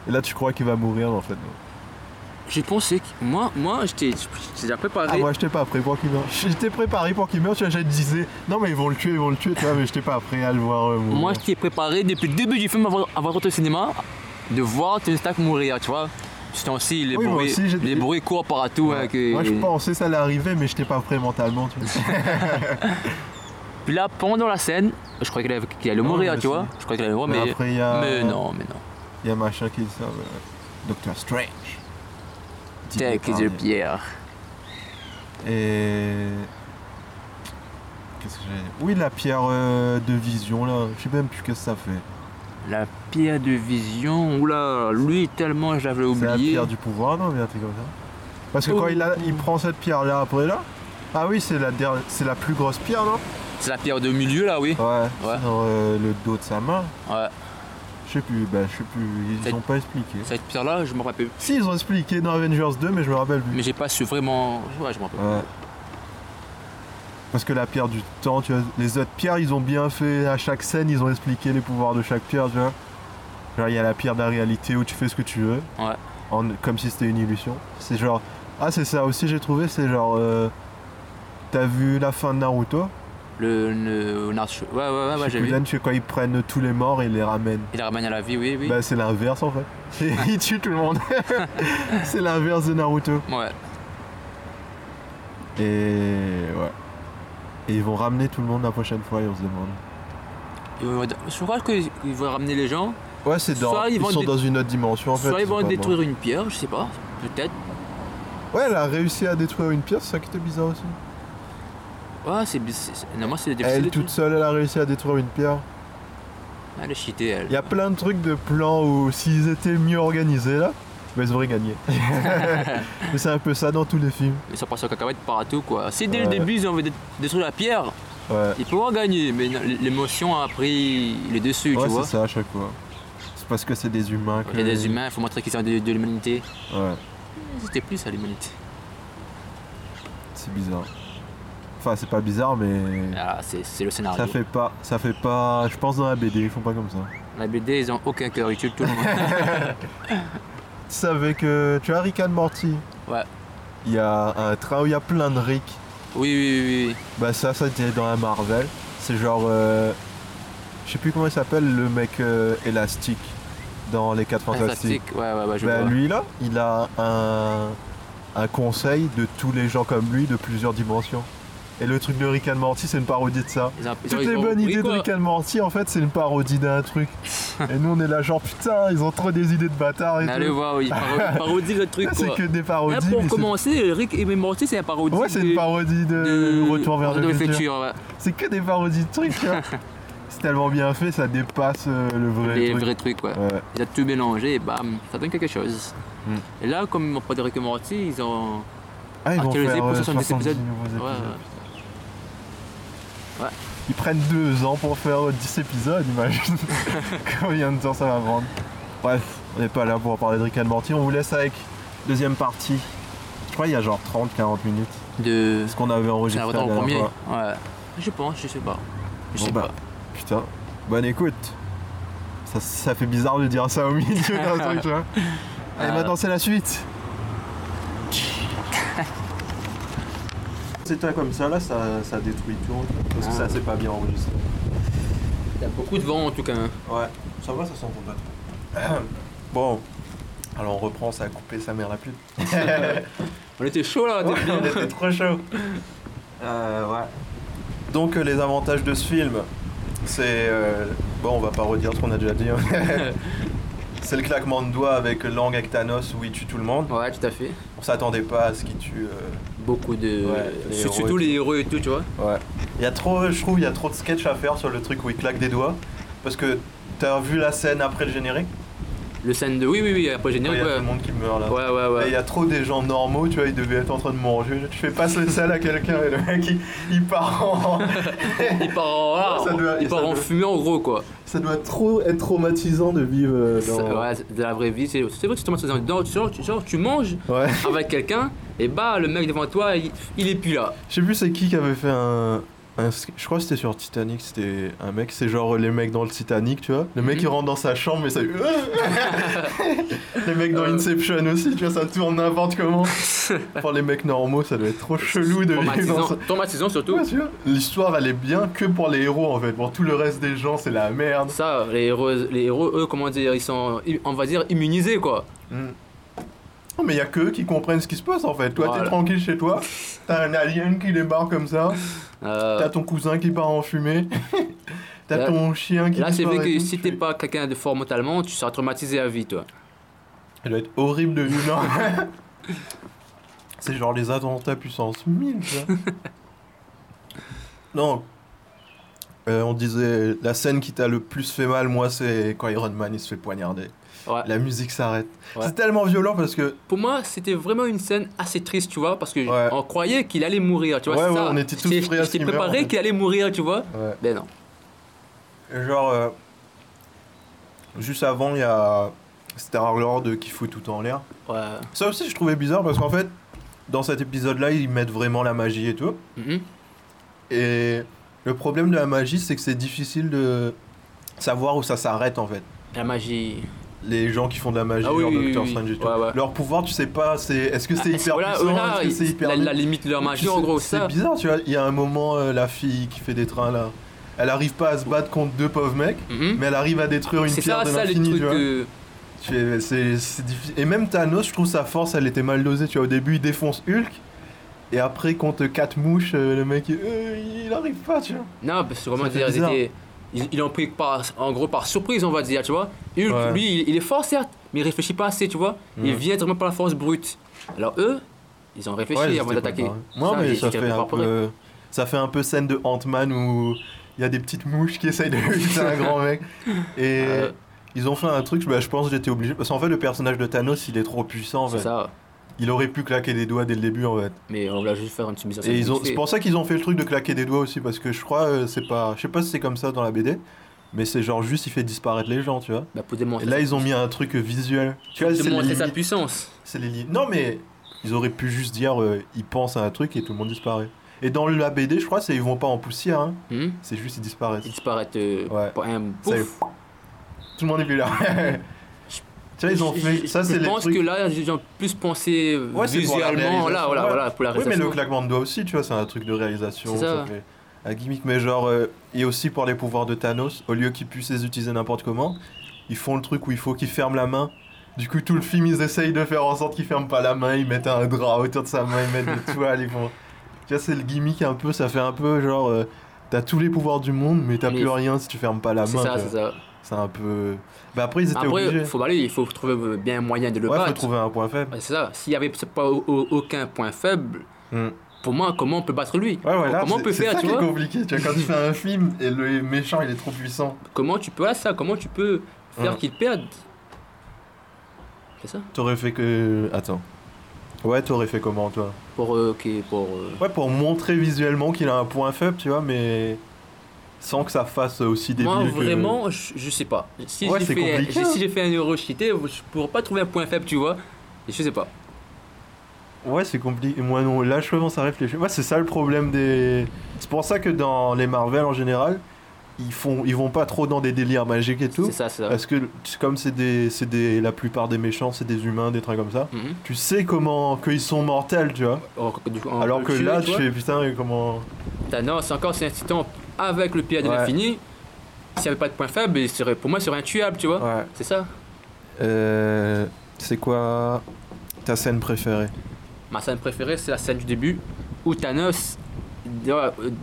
A: Et là, tu crois qu'il va mourir en fait. non
B: J'ai pensé que moi, moi, j'étais j'étais déjà
A: Ah,
B: préparé.
A: moi, j'étais pas prêt pour qu'il meure. J'étais préparé pour qu'il meure, tu vois. Je disais, non, mais ils vont le tuer, ils vont le tuer, tu vois, mais j'étais pas prêt à le voir euh, mourir.
B: Moi, je t'ai préparé depuis le début du film avant, avant d'entrer au cinéma de voir Tony Stark mourir, tu vois. Ce temps-ci, les,
A: Oui, moi
B: bruits,
A: aussi, j'ai-
B: les bruits courent partout.
A: Ouais.
B: hein, que-
A: Moi, je pensais ça allait arriver, mais j'étais pas prêt mentalement, tu vois.
B: Puis là, pendant la scène, je croyais qu'il allait, qu'il allait
A: Ouais,
B: mourir,
A: moi
B: tu
A: aussi.
B: vois. Je croyais qu'il allait mourir,
A: Mais
B: mais.
A: après, il y a.
B: Mais non, mais non.
A: Il y a machin qui dit ça. ouais, ouais. Doctor Strange. Didier
B: Take the
A: Pardieu.
B: pierre.
A: Et. Qu'est-ce que j'ai Oui, la pierre euh, de vision là. Je sais même plus qu'est-ce que ça fait.
B: La pierre de vision, oula, lui tellement je l'avais
A: C'est la
B: oublié.
A: pierre du pouvoir, non Mais un truc comme ça. Parce que quand
B: Oh.
A: il, a- il prend cette pierre là après là. Ah oui, c'est la, dernière- c'est la plus grosse pierre, non
B: C'est la pierre de milieu là, oui.
A: Ouais. c'est
B: Ouais.
A: Dans euh, le dos de sa main.
B: Ouais.
A: Je sais plus, bah, je sais plus. Ils
B: C'est-
A: ont pas expliqué.
B: Cette pierre là, je me rappelle.
A: Si, ils ont expliqué dans Avengers 2, mais je me rappelle plus.
B: Mais j'ai pas su vraiment. Ouais, je me rappelle.
A: Ouais. Parce que la pierre du temps, tu vois, les autres pierres, ils ont bien fait à chaque scène, ils ont expliqué les pouvoirs de chaque pierre, tu vois. Genre, il y a la pierre de la réalité où tu fais ce que tu veux,
B: Ouais.
A: en- comme si c'était une illusion. C'est genre, ah, c'est ça aussi, j'ai trouvé, c'est genre, euh, t'as vu la fin de Naruto
B: Le, le Naruto- Ouais, ouais, ouais, ouais, Ah, bah, j'ai vu.
A: Shippuden, tu sais, quand ils prennent tous les morts et ils les ramènent.
B: Il la ramène à la vie, oui, oui.
A: Bah, c'est l'inverse en fait.
B: [laughs]
A: Et ils tuent tout le monde. c'est l'inverse de Naruto.
B: ouais.
A: Et ouais. Et ils vont ramener tout le monde la prochaine fois et on se demande.
B: Et on va- Euh, Je crois qu'ils qu'ils vont ramener les gens.
A: Ouais, c'est dans.
B: Soit ils
A: ils
B: vont
A: sont
B: dé-
A: dans une autre dimension en fait.
B: Soit ils
A: c'est
B: vont
A: pas
B: détruire une pierre, je sais pas. Peut-être.
A: bon. Ouais, elle a réussi à détruire une pierre, c'est ça qui était bizarre aussi.
B: Ouais, Ah, c'est. c'est- c'est- Normalement, c'est difficile.
A: Elle
B: et tout.
A: toute seule, elle a réussi à détruire une pierre.
B: Elle est cheatée, elle.
A: Il y a plein de trucs de plans où s'ils étaient mieux organisés là, bah, ils auraient
B: [laughs]
A: gagné. Mais c'est un peu ça dans tous les films.
B: Ils sont passés aux cacahuètes partout, quoi. Si dès le
A: Ouais.
B: début, ils ont envie de détruire la pierre,
A: Ouais,
B: ils pourront gagner, mais non, l'émotion a pris le dessus,
A: Ouais,
B: tu vois.
A: c'est ça à chaque fois. C'est parce que c'est des humains.
B: Il y a des humains, il faut montrer qu'ils sont de, de l'humanité.
A: Ouais,
B: C'était plus à l'humanité.
A: c'est bizarre. Enfin, c'est pas bizarre, mais
B: Ah, c'est c'est le scénario.
A: ça fait pas, ça fait pas. Je pense dans la BD, ils font pas comme ça.
B: La BD, ils ont aucun cœur, ils tuent tout
A: [laughs]
B: le monde.
A: Tu savais que tu as Rick and Morty.
B: Ouais.
A: Il y a un train où il y a plein de Rick.
B: oui, oui, oui, oui.
A: Bah ça, ça était dans un Marvel. C'est genre, euh, je sais plus comment il s'appelle, le mec euh, élastique dans les 4 fantastiques.
B: Fantastique. Ouais, ouais, ouais, je
A: Bah,
B: vois.
A: lui là, il a un, un conseil de tous les gens comme lui de plusieurs dimensions. Et le truc de Rick and Morty, c'est une parodie de ça.
B: Ils ont- ils ont-
A: Toutes
B: ils
A: les
B: ont
A: bonnes
B: compris,
A: idées de
B: quoi.
A: Rick and Morty, en fait, c'est une parodie d'un
B: [laughs]
A: truc. et nous, on est là genre, putain, ils ont trop des idées de bâtards et
B: Mais Allez
A: tout. [laughs]
B: voir, ils paro- parodient le truc,
A: Là, c'est
B: quoi.
A: que des
B: Là,
A: parodies.
B: Hein,
A: mais
B: pour
A: c'est-
B: commencer, Rick et Morty, c'est la parodie.
A: Ouais, c'est
B: de-
A: une parodie de, Retour vers le futur.
B: ouais.
A: C'est que des parodies de trucs. tu
B: [laughs]
A: vois. c'est tellement bien fait, ça dépasse euh, le vrai
B: Les
A: truc. Euh,
B: vrais trucs, ouais.
A: Ouais.
B: Ils ont tout mélangé et bam, ça donne quelque chose.
A: Mm.
B: Et là, comme ils m'ont pas de Rick et Morty, ils ont.
A: Ah, ils vont
B: Actualisé
A: faire
B: pour
A: euh,
B: 70
A: 70
B: épisodes.
A: nouveaux
B: Ouais,
A: épisodes.
B: ouais.
A: Ils prennent deux ans pour faire euh, 10 épisodes,
B: [laughs]
A: imagine. Combien de temps ça va prendre Bref, on n'est pas là pour parler de Rick and Morty, on vous laisse avec deuxième partie. Je crois qu'il y a genre 30-40 minutes.
B: de.
A: Ce qu'on avait
B: C'est
A: enregistré
B: un
A: la
B: retour en
A: dernière
B: premier.
A: fois.
B: Ouais. Je pense, je sais pas. Je
A: Bon,
B: sais
A: bah.
B: pas.
A: Putain, bonne écoute. Ça, ça fait bizarre de dire ça au milieu [laughs] d'un truc, tu vois. Allez,
B: Ah.
A: maintenant c'est la suite. C'est toi comme ça, là, ça, ça détruit tout, en fait, parce que
B: Ah.
A: ça c'est pas bien enregistré.
B: Il y a beaucoup de vent en tout cas. hein.
A: Ouais, ça va, ça s'entend pas trop. [clears throat] bon, alors on reprend, ça a coupé sa mère la pute.
B: On était chaud là,
A: [laughs] Ouais,
B: depuis-
A: on était trop chaud. Euh, ouais. Donc euh, les avantages de ce film, c'est euh, bon, on va pas redire ce qu'on a déjà dit. hein. c'est le claquement de doigts avec Lang avec Thanos où il tue tout le monde.
B: Ouais, tout à fait.
A: On s'attendait pas à ce qu'il tue. euh,
B: Beaucoup de.
A: Ouais, les
B: Sur-
A: héros
B: Surtout
A: et
B: les héros et tout, tu vois.
A: Ouais. Il y a trop, je trouve, il y a trop de sketch à faire sur le truc où il claque des doigts, parce que t'as vu la scène après le générique.
B: Le scène de. Oui, oui, oui, après
A: Il y a
B: générique,
A: tout
B: ouais.
A: le monde qui meurt là.
B: Ouais, ouais,
A: [laughs] Et Il y
B: ouais.
A: a trop des gens normaux, tu vois, ils devaient être en train de manger. Tu fais passer ça à quelqu'un et le mec il, il part en.
B: Il part en,
A: Ça doit-
B: Ah, il part
A: ça
B: en
A: doit-
B: fumée en gros, quoi.
A: Ça doit trop être traumatisant de vivre euh,
B: Ça- ouais, c'est de la vraie vie, c'est c'est vrai que tu te mets dans- dans- genre, tu, genre, tu manges
A: Ouais.
B: avec quelqu'un et bah le mec devant toi il, il est plus là.
A: Je sais plus c'est qui qui avait fait un. un sk- je crois que c'était sur Titanic, c'était un mec, c'est genre les mecs dans le Titanic, tu vois. Le mec
B: Mhm.
A: il rentre dans sa chambre et ça. [laughs] les mecs dans
B: Euh.
A: Inception aussi, tu vois, ça tourne n'importe
B: [laughs]
A: comment. Pour les mecs normaux, ça doit être trop chelou de vivre dans
B: Traumatisant,
A: ça.
B: traumatisant surtout.
A: Ouais, tu vois, L'histoire elle est bien que pour les héros en fait, pour tout le reste des gens c'est la merde.
B: Ça, les héros, les héros, eux, comment dire, ils sont, on va dire, immunisés quoi.
A: Non, mais il y a que eux qui comprennent ce qui se passe en fait. Toi t'es
B: Voilà.
A: tranquille chez toi, t'as un alien qui débarque comme ça.
B: Euh,
A: T'as ton cousin qui part en
B: [laughs]
A: fumée. T'as
B: Là-
A: ton chien qui
B: là, c'est
A: disparaît
B: vrai
A: et
B: que
A: tout.
B: si t'es pas quelqu'un de fort mentalement, tu seras traumatisé à vie toi.
A: Ça doit être horrible de vivre. là.
B: [laughs]
A: c'est genre les attentats puissance 1000, ça.
B: [laughs]
A: non. Euh, on disait la scène qui t'a le plus fait mal, moi, c'est quand Iron Man il se fait poignarder.
B: Ouais.
A: La musique s'arrête.
B: Ouais.
A: C'est tellement violent parce que
B: Pour moi, c'était vraiment une scène assez triste, tu vois, parce que
A: Ouais.
B: on croyait qu'il allait mourir, tu vois.
A: Ouais,
B: c'est
A: ouais,
B: ça.
A: on était tous
B: J'étais-
A: prêts à ce
B: J'étais
A: qu'il meure, en
B: préparé
A: fait.
B: qu'il allait mourir, tu vois.
A: Ouais.
B: Ben non.
A: Genre, euh, juste avant, il y a Star-Lord qui fout tout en l'air.
B: Ouais.
A: Ça aussi, je trouvais bizarre parce qu'en fait, dans cet épisode-là, ils mettent vraiment la magie et tout.
B: Mhm.
A: Et le problème de la magie, c'est que c'est difficile de savoir où ça s'arrête en fait.
B: La magie.
A: Les gens qui font de la magie,
B: Ah oui,
A: genre
B: oui, oui,
A: Doctor
B: oui.
A: Strange et tout.
B: Ouais, ouais.
A: Leur pouvoir, tu sais pas, c'est est-ce que c'est
B: Ah,
A: hyper
B: voilà,
A: puissant,
B: voilà,
A: est-ce que c'est hyper
B: la,
A: nul
B: la limite de leur magie
A: Tu sais,
B: en gros,
A: C'est
B: ça.
A: bizarre, tu vois. Il y a un moment, euh, la fille qui fait des trains là, elle arrive pas à se battre contre deux pauvres mecs,
B: Mhm.
A: mais elle arrive à détruire une
B: C'est
A: pierre
B: ça,
A: de
B: ça les
A: l'infini,
B: trucs.
A: tu vois.
B: euh,
A: Tu fais- c'est- c'est difficile. Et même Thanos, je trouve sa force, elle était mal dosée. Tu vois, au début, il défonce Hulk. Et après, contre 4 mouches, euh, le mec, il- euh, il arrive pas, tu vois.
B: Non, parce que vraiment,
A: Ça fait
B: dire, ils,
A: bizarre.
B: étaient- ils, ils l'ont pris par, en gros par surprise, on va dire, tu vois. Hulk,
A: Ouais.
B: lui, il, il est fort, certes, mais il réfléchit pas assez, tu vois. Il
A: Mm.
B: vient vraiment par la force brute. Alors eux, ils ont réfléchi
A: Ouais,
B: avant
A: j'étais
B: d'attaquer.
A: préparé. Moi,
B: Ça,
A: mais
B: ils
A: ça
B: étaient
A: fait, un
B: préparés.
A: peu, ça fait un peu scène de Ant-Man où il y a des petites mouches qui essayent de [laughs] c'est un grand mec. Et
B: Euh.
A: ils ont fait un truc, bah, je pense que j'étais obligé. Parce qu'en fait, le personnage de Thanos, il est trop puissant. en
B: C'est
A: fait.
B: ça.
A: Il aurait pu claquer des doigts dès le début, en fait.
B: Mais on va juste faire une submission.
A: Et ils ont, c'est pour ça qu'ils ont fait le truc de claquer des doigts aussi, parce que je crois, euh, c'est pas, je sais pas si c'est comme ça dans la BD, mais c'est genre juste il fait disparaître les gens, tu vois.
B: Bah, pour
A: Et
B: démontrer.
A: là ils ont mis un truc visuel. Tu vois, c'est les,
B: démontrer sa
A: limites-
B: puissance.
A: c'est les limites. Non mais ils auraient pu juste dire, euh, ils pensent à un truc et tout le monde disparaît. Et dans la BD, je crois, c'est ils vont pas en poussière, hein.
B: Hmm
A: c'est juste ils disparaissent.
B: Ils disparaissent. euh,
A: Ouais.
B: pour un
A: Ça y est.
B: pouf.
A: Tout le monde est plus là.
B: [laughs]
A: tu vois, ils ont
B: Je-
A: fait, ça
B: je-
A: c'est
B: Je
A: les
B: pense
A: trucs.
B: que là, j'ai plus pensé euh,
A: Ouais, c'est pour la
B: visuellement. Là,
A: réalisation,
B: voilà,
A: ouais.
B: voilà, pour la
A: Oui, mais
B: réalisation.
A: le claquement de doigts aussi, tu vois, c'est un truc de réalisation.
B: C'est ça.
A: ça fait un gimmick, mais genre, euh, et aussi pour les pouvoirs de Thanos, au lieu qu'ils puissent les utiliser n'importe comment, ils font le truc où il faut qu'ils ferment la main. Du coup, tout le film, ils essayent de faire en sorte qu'ils ferment pas la main, ils mettent un drap autour de sa main, ils mettent
B: [laughs]
A: des toiles, ils font. Tu vois, c'est le gimmick un peu, ça fait un peu genre. euh, T'as tous les pouvoirs du monde, mais t'as
B: Mais-
A: plus rien si tu fermes pas la
B: C'est
A: main.
B: ça,
A: tu
B: c'est
A: vois.
B: ça.
A: C'est un peu. Bah après, ils étaient
B: Après,
A: obligés.
B: faut aller, il faut trouver euh, bien un moyen de le
A: Ouais, faut
B: battre.
A: trouver un point faible.
B: Ouais, C'est ça. S'il n'y avait pas au- au- aucun point faible,
A: Hmm.
B: pour moi, comment on peut battre lui
A: Ouais, ouais, là,
B: Comment on
A: c'est-
B: peut
A: c'est
B: faire,
A: ça
B: tu
A: qui est
B: vois
A: compliqué. Tu vois, quand tu fais un film et le méchant, il est trop puissant.
B: Comment tu peux, ah, ça, comment tu peux faire
A: Hmm.
B: qu'il perde C'est ça
A: T'aurais fait que. Attends. Ouais, t'aurais fait comment, toi
B: Pour, euh, ok, pour. euh,
A: Ouais, pour montrer visuellement qu'il a un point faible, tu vois, mais. Sans que ça fasse aussi débile
B: Moi,
A: que-
B: vraiment, je, je sais pas. Si
A: Ouais,
B: j'ai
A: c'est
B: fait,
A: compliqué,
B: j'ai-
A: hein.
B: si j'ai fait un euro cheaté, je pourrais pas trouver un point faible, tu vois. Et Je sais pas.
A: Ouais, c'est compliqué. Moi, non, là, je commence à réfléchir. Ouais, c'est ça le problème des. C'est pour ça que dans les Marvel en général, ils, font... ils vont pas trop dans des délires magiques et tout.
B: C'est ça, c'est ça.
A: Parce que, comme c'est des... c'est des. La plupart des méchants, c'est des humains, des trucs comme ça.
B: Mhm.
A: Tu sais comment. qu'ils sont mortels, tu vois.
B: Alors que, du coup, on
A: Alors
B: peut
A: que
B: le tuer,
A: là,
B: tu
A: tu
B: vois.
A: fais putain, mais comment.
B: Thanos, encore, c'est un titan avec le pied de
A: Ouais.
B: l'infini. S'il n'y avait pas de point faible, il serait, pour moi, il serait intuable, tu vois.
A: Ouais.
B: C'est ça.
A: Euh, c'est quoi ta scène préférée
B: Ma scène préférée, c'est la scène du début où Thanos,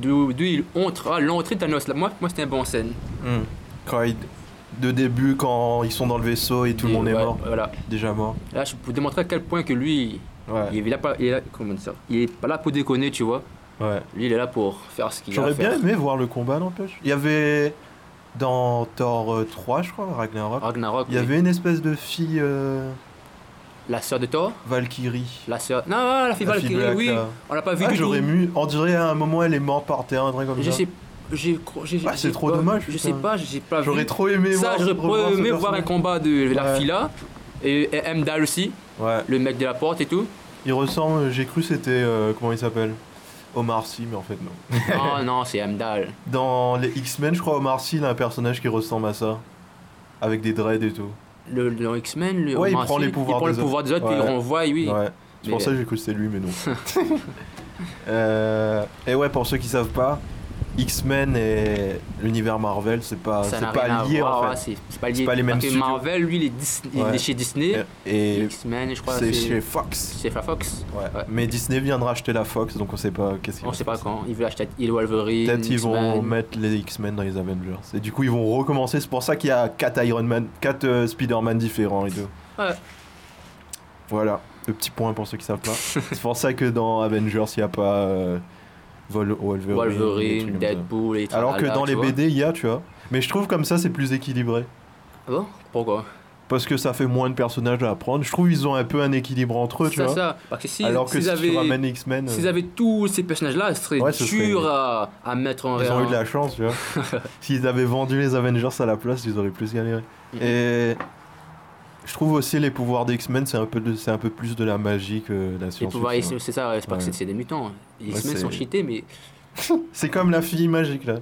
B: d'où d'où il entre, ah, l'entrée de Thanos. Là, moi, moi c'était une bonne scène.
A: Hmm. Quand il- de début, quand ils sont dans le vaisseau et tout le
B: Et,
A: monde est
B: ouais,
A: mort,
B: Voilà.
A: déjà mort.
B: Là, je peux démontrer à quel point que lui,
A: Ouais.
B: il est là, pas- il est là- comment dire ça il est pas là pour déconner, tu vois.
A: ouais.
B: Lui, il est là pour faire ce qu'il a à
A: J'aurais bien
B: faire.
A: aimé voir le combat, n'empêche. Il y avait dans Thor euh, 3, je crois, Ragnarok,
B: Ragnarok,
A: il y
B: Ah, oui.
A: avait une espèce de fille euh,
B: la sœur de Thor,
A: Valkyrie.
B: la sœur. Non, non, la fille
A: La fille
B: Valkyrie,
A: black,
B: oui.
A: là.
B: On l'a pas vu
A: Ah,
B: du tout.
A: j'aurais mu. On dirait à un moment, elle est morte par terre, un truc comme
B: Je
A: ça.
B: sais, j'ai, j'ai,
A: Ah, c'est
B: j'ai
A: trop
B: pas-
A: dommage,
B: Je
A: putain.
B: sais pas, j'ai pas vu.
A: J'aurais trop aimé voir.
B: ça, j'aurais
A: revoir
B: pas
A: ce
B: aimé voir un
A: personnage.
B: combat de la
A: Ouais.
B: fille là et, et Emdal aussi,
A: Ouais.
B: le mec de la porte et tout.
A: [laughs] Il ressemble, j'ai cru c'était euh, comment il s'appelle Omar Sy, mais en fait non.
B: Non, Ah non, c'est Amdal.
A: Dans les X-Men, je crois Omar Sy, il a un personnage qui ressemble à ça, avec des dreads et tout.
B: Le, le X-Men, le
A: Ouais, il
B: Omar
A: prend
B: Sy,
A: les pouvoirs
B: il prend
A: des
B: le pouvoir des autres,
A: autres.
B: puis il
A: Ouais.
B: renvoie, oui.
A: Ouais. C'est pour
B: Mais-
A: ça que j'ai cru que c'était lui, mais non.
B: [laughs]
A: Euh, et ouais, pour ceux qui savent pas, X-Men et l'univers Marvel, c'est pas,
B: Ça
A: c'est
B: n'a
A: pas
B: rien à
A: lié
B: voir,
A: en
B: ouais,
A: fait.
B: c'est- c'est pas lié.
A: pas les mêmes
B: Parce que
A: studios.
B: Marvel, lui, il est, Disney- il est
A: Ouais.
B: chez Disney.
A: Et, et
B: X-Men, je crois,
A: c'est chez Fox.
B: chez la Fox.
A: Ouais.
B: Ouais.
A: Mais Disney vient de racheter la Fox, donc on sait pas qu'est-ce qu'ils
B: On
A: vont
B: sait pas
A: faire.
B: quand. Ils veulent acheter il Wolverine.
A: Peut-être ils vont
B: X-Men.
A: mettre les X-Men dans les Avengers. Et du coup, ils vont recommencer. C'est pour ça qu'il y a 4 Iron Man, 4 euh, Spider-Man différents et tout.
B: Ouais.
A: Voilà, le petit point pour ceux qui
B: [laughs]
A: savent pas. c'est pour ça que dans Avengers, il n'y a pas euh, Vol- Wolverine. des trucs
B: Wolverine,
A: comme ça.
B: Deadpool, et
A: Alors que
B: tralala,
A: dans
B: tu
A: les
B: vois.
A: BD, il y a, tu vois. Mais je trouve comme ça, c'est plus équilibré.
B: Ah bon Pourquoi
A: Parce que ça fait moins de personnages à prendre. Je trouve qu'ils ont un peu un équilibre entre eux, tu
B: C'est
A: vois.
B: ça. Parce que si,
A: Alors que
B: s'ils
A: si
B: avaient-
A: tu ramènes X-Men,
B: S'ils
A: euh,
B: avaient tous ces personnages-là, ce serait
A: Ouais, ce serait-
B: dur à, à mettre en
A: ils
B: réel.
A: ont eu de la chance, tu vois. S'ils avaient vendu les Avengers à la place, ils auraient plus galéré.
B: Mhm.
A: Et je trouve aussi les pouvoirs des X-Men, c'est un, peu de- c'est un peu plus de la magie que de la
B: Les
A: science.
B: pouvoirs, c'est c'est ça, ouais, c'est pas que
A: Ouais.
B: c'est- c'est des mutants. Les
A: Ouais,
B: X-Men sont
A: c'est-
B: cheatés, mais
A: C'est comme la fille magique, là.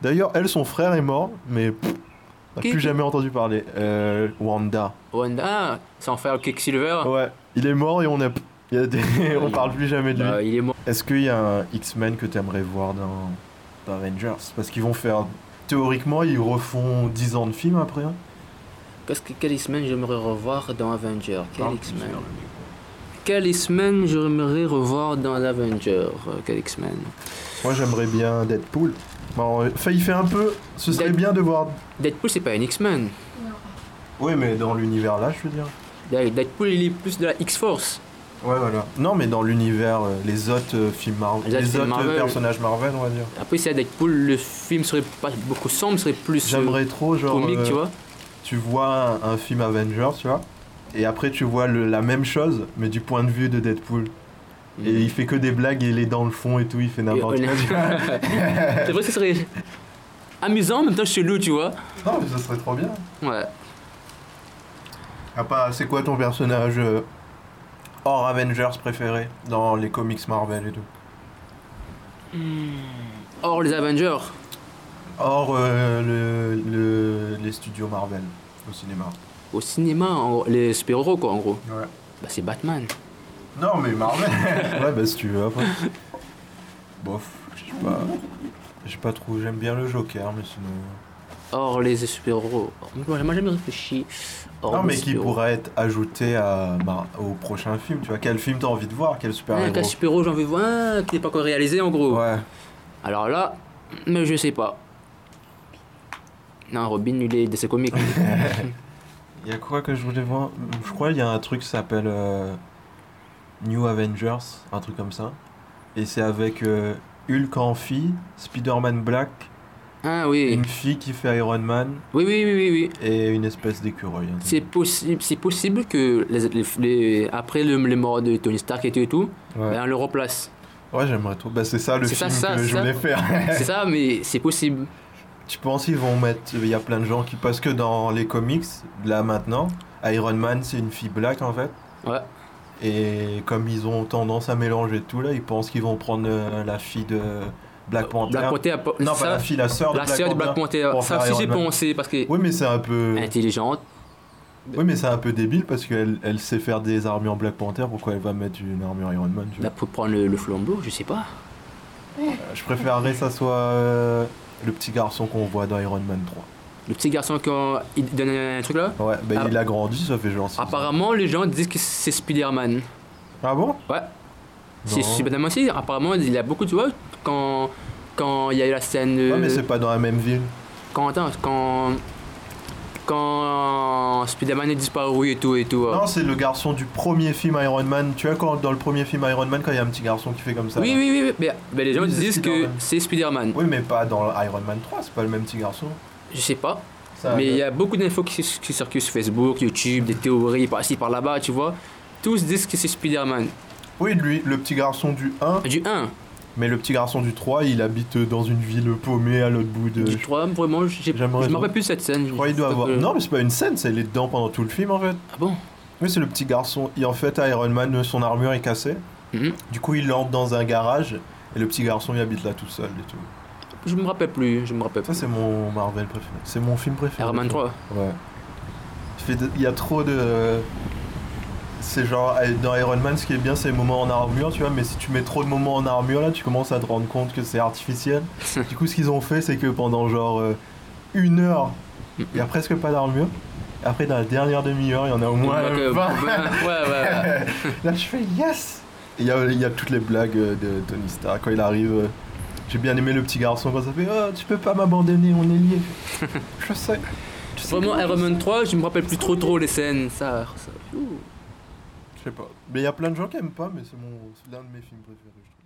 A: D'ailleurs, elle, son frère est mort, mais pff, on n'a
B: Qui-
A: plus
B: qui-
A: jamais entendu parler. Euh, Wanda.
B: Wanda, sans faire le Quicksilver,
A: Ouais, il est mort et on a... il y a des- [laughs] on parle plus jamais de lui.
B: bah, il est mort.
A: Est-ce qu'il y a un X-Men que t'aimerais voir dans, dans Avengers Parce qu'ils vont faire... Théoriquement, ils refont 10 ans de films après. hein.
B: Qu'est-ce que, quel X-Men j'aimerais revoir dans Avenger Quel
A: Ah,
B: X-Men Quel X-Men j'aimerais revoir dans Avenger Euh, Quel X-Men
A: Moi j'aimerais bien Deadpool. Bon, euh, enfin, il fait un peu. Ce serait
B: Dead-
A: bien de voir.
B: Deadpool, c'est pas un X-Men.
A: Oui, mais dans l'univers là, je veux dire.
B: Deadpool, il est plus de la X-Force.
A: Ouais, voilà. Non, mais dans l'univers, euh, les autres euh, films Mar-
B: Les autres
A: les
B: films
A: autres
B: Marvel.
A: euh, personnages Marvel, on va dire.
B: Après, c'est Deadpool, le film serait pas beaucoup sombre, serait plus euh,
A: J'aimerais trop, genre,
B: comique,
A: euh,
B: tu vois.
A: tu vois un, un film Avengers, tu vois, et après tu vois le- la même chose, mais du point de vue de Deadpool. Et il fait que des blagues, et il est dans le fond et tout, il fait
B: Mm. Et
A: n'importe
B: on-
A: quoi. tu vois. [laughs]
B: c'est vrai que ce serait amusant, en même temps chelou, tu vois. [laughs]
A: non, mais ça serait trop bien.
B: Ouais.
A: À part, Ah, c'est quoi ton personnage euh, hors Avengers préféré dans les comics Marvel et tout
B: Or, les Avengers.
A: Hors euh, le- le- les studios Marvel au cinéma.
B: Au cinéma, en- les super-héros, quoi, en gros.
A: Ouais.
B: Bah, c'est Batman.
A: Non, mais Marvel Ouais, bah si tu veux, après. Bof, je sais pas. J'ai pas trop. J'aime bien le Joker, mais sinon.
B: Or, les super-héros. Moi, j'ai jamais réfléchi. Or,
A: Non,
B: les
A: mais qui
B: super-héros.
A: pourrait être ajouté à, bah, au prochain film, tu vois. Quel film t'as envie de voir Quel super
B: Ouais,
A: héros
B: Qu'un super-héros, j'ai envie de voir un qui n'est pas encore réalisé, en gros.
A: Ouais.
B: Alors là, mais je sais pas. Non, Robin, il est de
A: [laughs]
B: ses comiques.
A: Il y a quoi que je voulais voir Je crois qu'il y a un truc qui s'appelle euh, New Avengers, un truc comme ça. Et c'est avec euh, Hulk en fille, Spider-Man Black,
B: ah oui.
A: une fille qui fait Iron Man
B: Oui, oui, oui, oui. oui.
A: et une espèce d'écureuil. hein.
B: C'est possible, c'est possible que les, les- les- après le, les morts de Tony Stark et tout et tout,
A: Ouais,
B: ben, on le
A: [laughs]
B: remplace.
A: Ouais, j'aimerais trop. Bah, c'est ça le
B: C'est ça,
A: film
B: ça,
A: que je
B: ça.
A: voulais faire. [laughs]
B: c'est ça, mais c'est possible.
A: Tu penses qu'ils vont mettre. Il y a plein de gens qui. Parce que dans les comics, là maintenant, Iron Man c'est une fille black en fait.
B: Ouais.
A: Et comme ils ont tendance à mélanger tout là, ils pensent qu'ils vont prendre euh, la fille de Black Panther.
B: Euh, Black Panther, a pas-
A: non,
B: ça,
A: pas la fille, la sœur de
B: la
A: Black
B: sœur de
A: Panther.
B: Black Panther. Eh,
A: pour
B: Ça
A: faire
B: aussi, j'ai
A: Iron Man.
B: pensé parce que
A: Oui, mais c'est un peu.
B: intelligente.
A: Oui, mais c'est un peu débile parce qu'elle elle sait faire des armures Black Panther. Pourquoi elle va mettre une armure Iron Man tu vois
B: Là, ben, pour prendre le, le flambeau, je sais pas.
A: Je préférerais que ça soit euh, le petit garçon qu'on voit dans Iron Man 3.
B: Le petit garçon quand il donne un truc là.
A: Ouais, ben
B: Ah.
A: il a grandi, ça fait genre. six ans.
B: Apparemment, les gens disent que c'est Spider-Man.
A: Ah bon
B: Ouais. C'est
A: Non.
B: Spider-Man aussi. Apparemment, il y a beaucoup, tu vois, quand quand il y a eu la scène.
A: Ouais, mais
B: euh,
A: c'est pas dans la même ville.
B: Quand, attends, quand, quand Spider-Man est disparu et tout et tout. hein.
A: Non, c'est le garçon du premier film Iron Man. Tu vois, quand, dans le premier film Iron Man, quand il y a un petit garçon qui fait comme ça.
B: oui,
A: là.
B: oui, oui, oui, mais, mais les gens
A: Oui, c'est
B: disent que
A: Spider-Man.
B: c'est Spider-Man.
A: Oui, mais pas dans Iron Man 3, c'est pas le même petit garçon.
B: Je sais pas,
A: Ça,
B: mais
A: euh,
B: il y a beaucoup d'infos qui, s- qui circulent sur Facebook, YouTube, des théories par-ci, par-là-bas, tu vois. Tous disent que c'est Spider-Man.
A: Oui, lui, le petit garçon du 1,
B: Du 1,
A: mais le petit garçon du 3, il habite dans une ville paumée à l'autre bout de.
B: du 3, vraiment, j'ai- je
A: J'aimerais
B: me
A: trop.
B: rappelle plus de cette euh, scène.
A: Je crois qu'il doit avoir. Non, mais c'est pas une scène, c'est- il est dedans pendant tout le film en fait.
B: Ah bon
A: Oui, c'est le petit garçon. Et en fait, à Iron Man, euh, son armure est cassée.
B: Mhm.
A: Du coup, il entre dans un garage et le petit garçon, il habite là tout seul et tout.
B: Je me rappelle plus, je me rappelle
A: Ça,
B: plus.
A: c'est mon Marvel préféré. C'est mon film préféré.
B: Iron Man 3.
A: Ouais. Il fait de- Il y a trop de. C'est genre euh, dans Iron Man, ce qui est bien, c'est les moments en armure, tu vois. Mais si tu mets trop de moments en armure, là, tu commences à te rendre compte que c'est
B: [laughs]
A: artificiel. du coup, ce qu'ils ont fait, c'est que pendant genre euh, une heure, il y a presque pas d'armure. Après, dans la dernière demi-heure, il y en a au moins
B: Donc,
A: [laughs]
B: euh,
A: 20.
B: ouais, ouais, ouais.
A: Là, je fais yes Et Il y a, il y a toutes les blagues euh, de Tony Stark quand il arrive. euh, J'ai bien aimé le petit garçon quand ça fait Oh, tu peux pas m'abandonner, on est liés.
B: [laughs]
A: je sais. Tu sais
B: Vraiment,
A: comment
B: Iron
A: je
B: Man 3, je me rappelle plus trop trop les scènes. Ça, ça- ouh.
A: Je sais pas. Mais il y a plein de gens qui aiment pas, mais c'est mon... c'est l'un de mes films préférés, je trouve.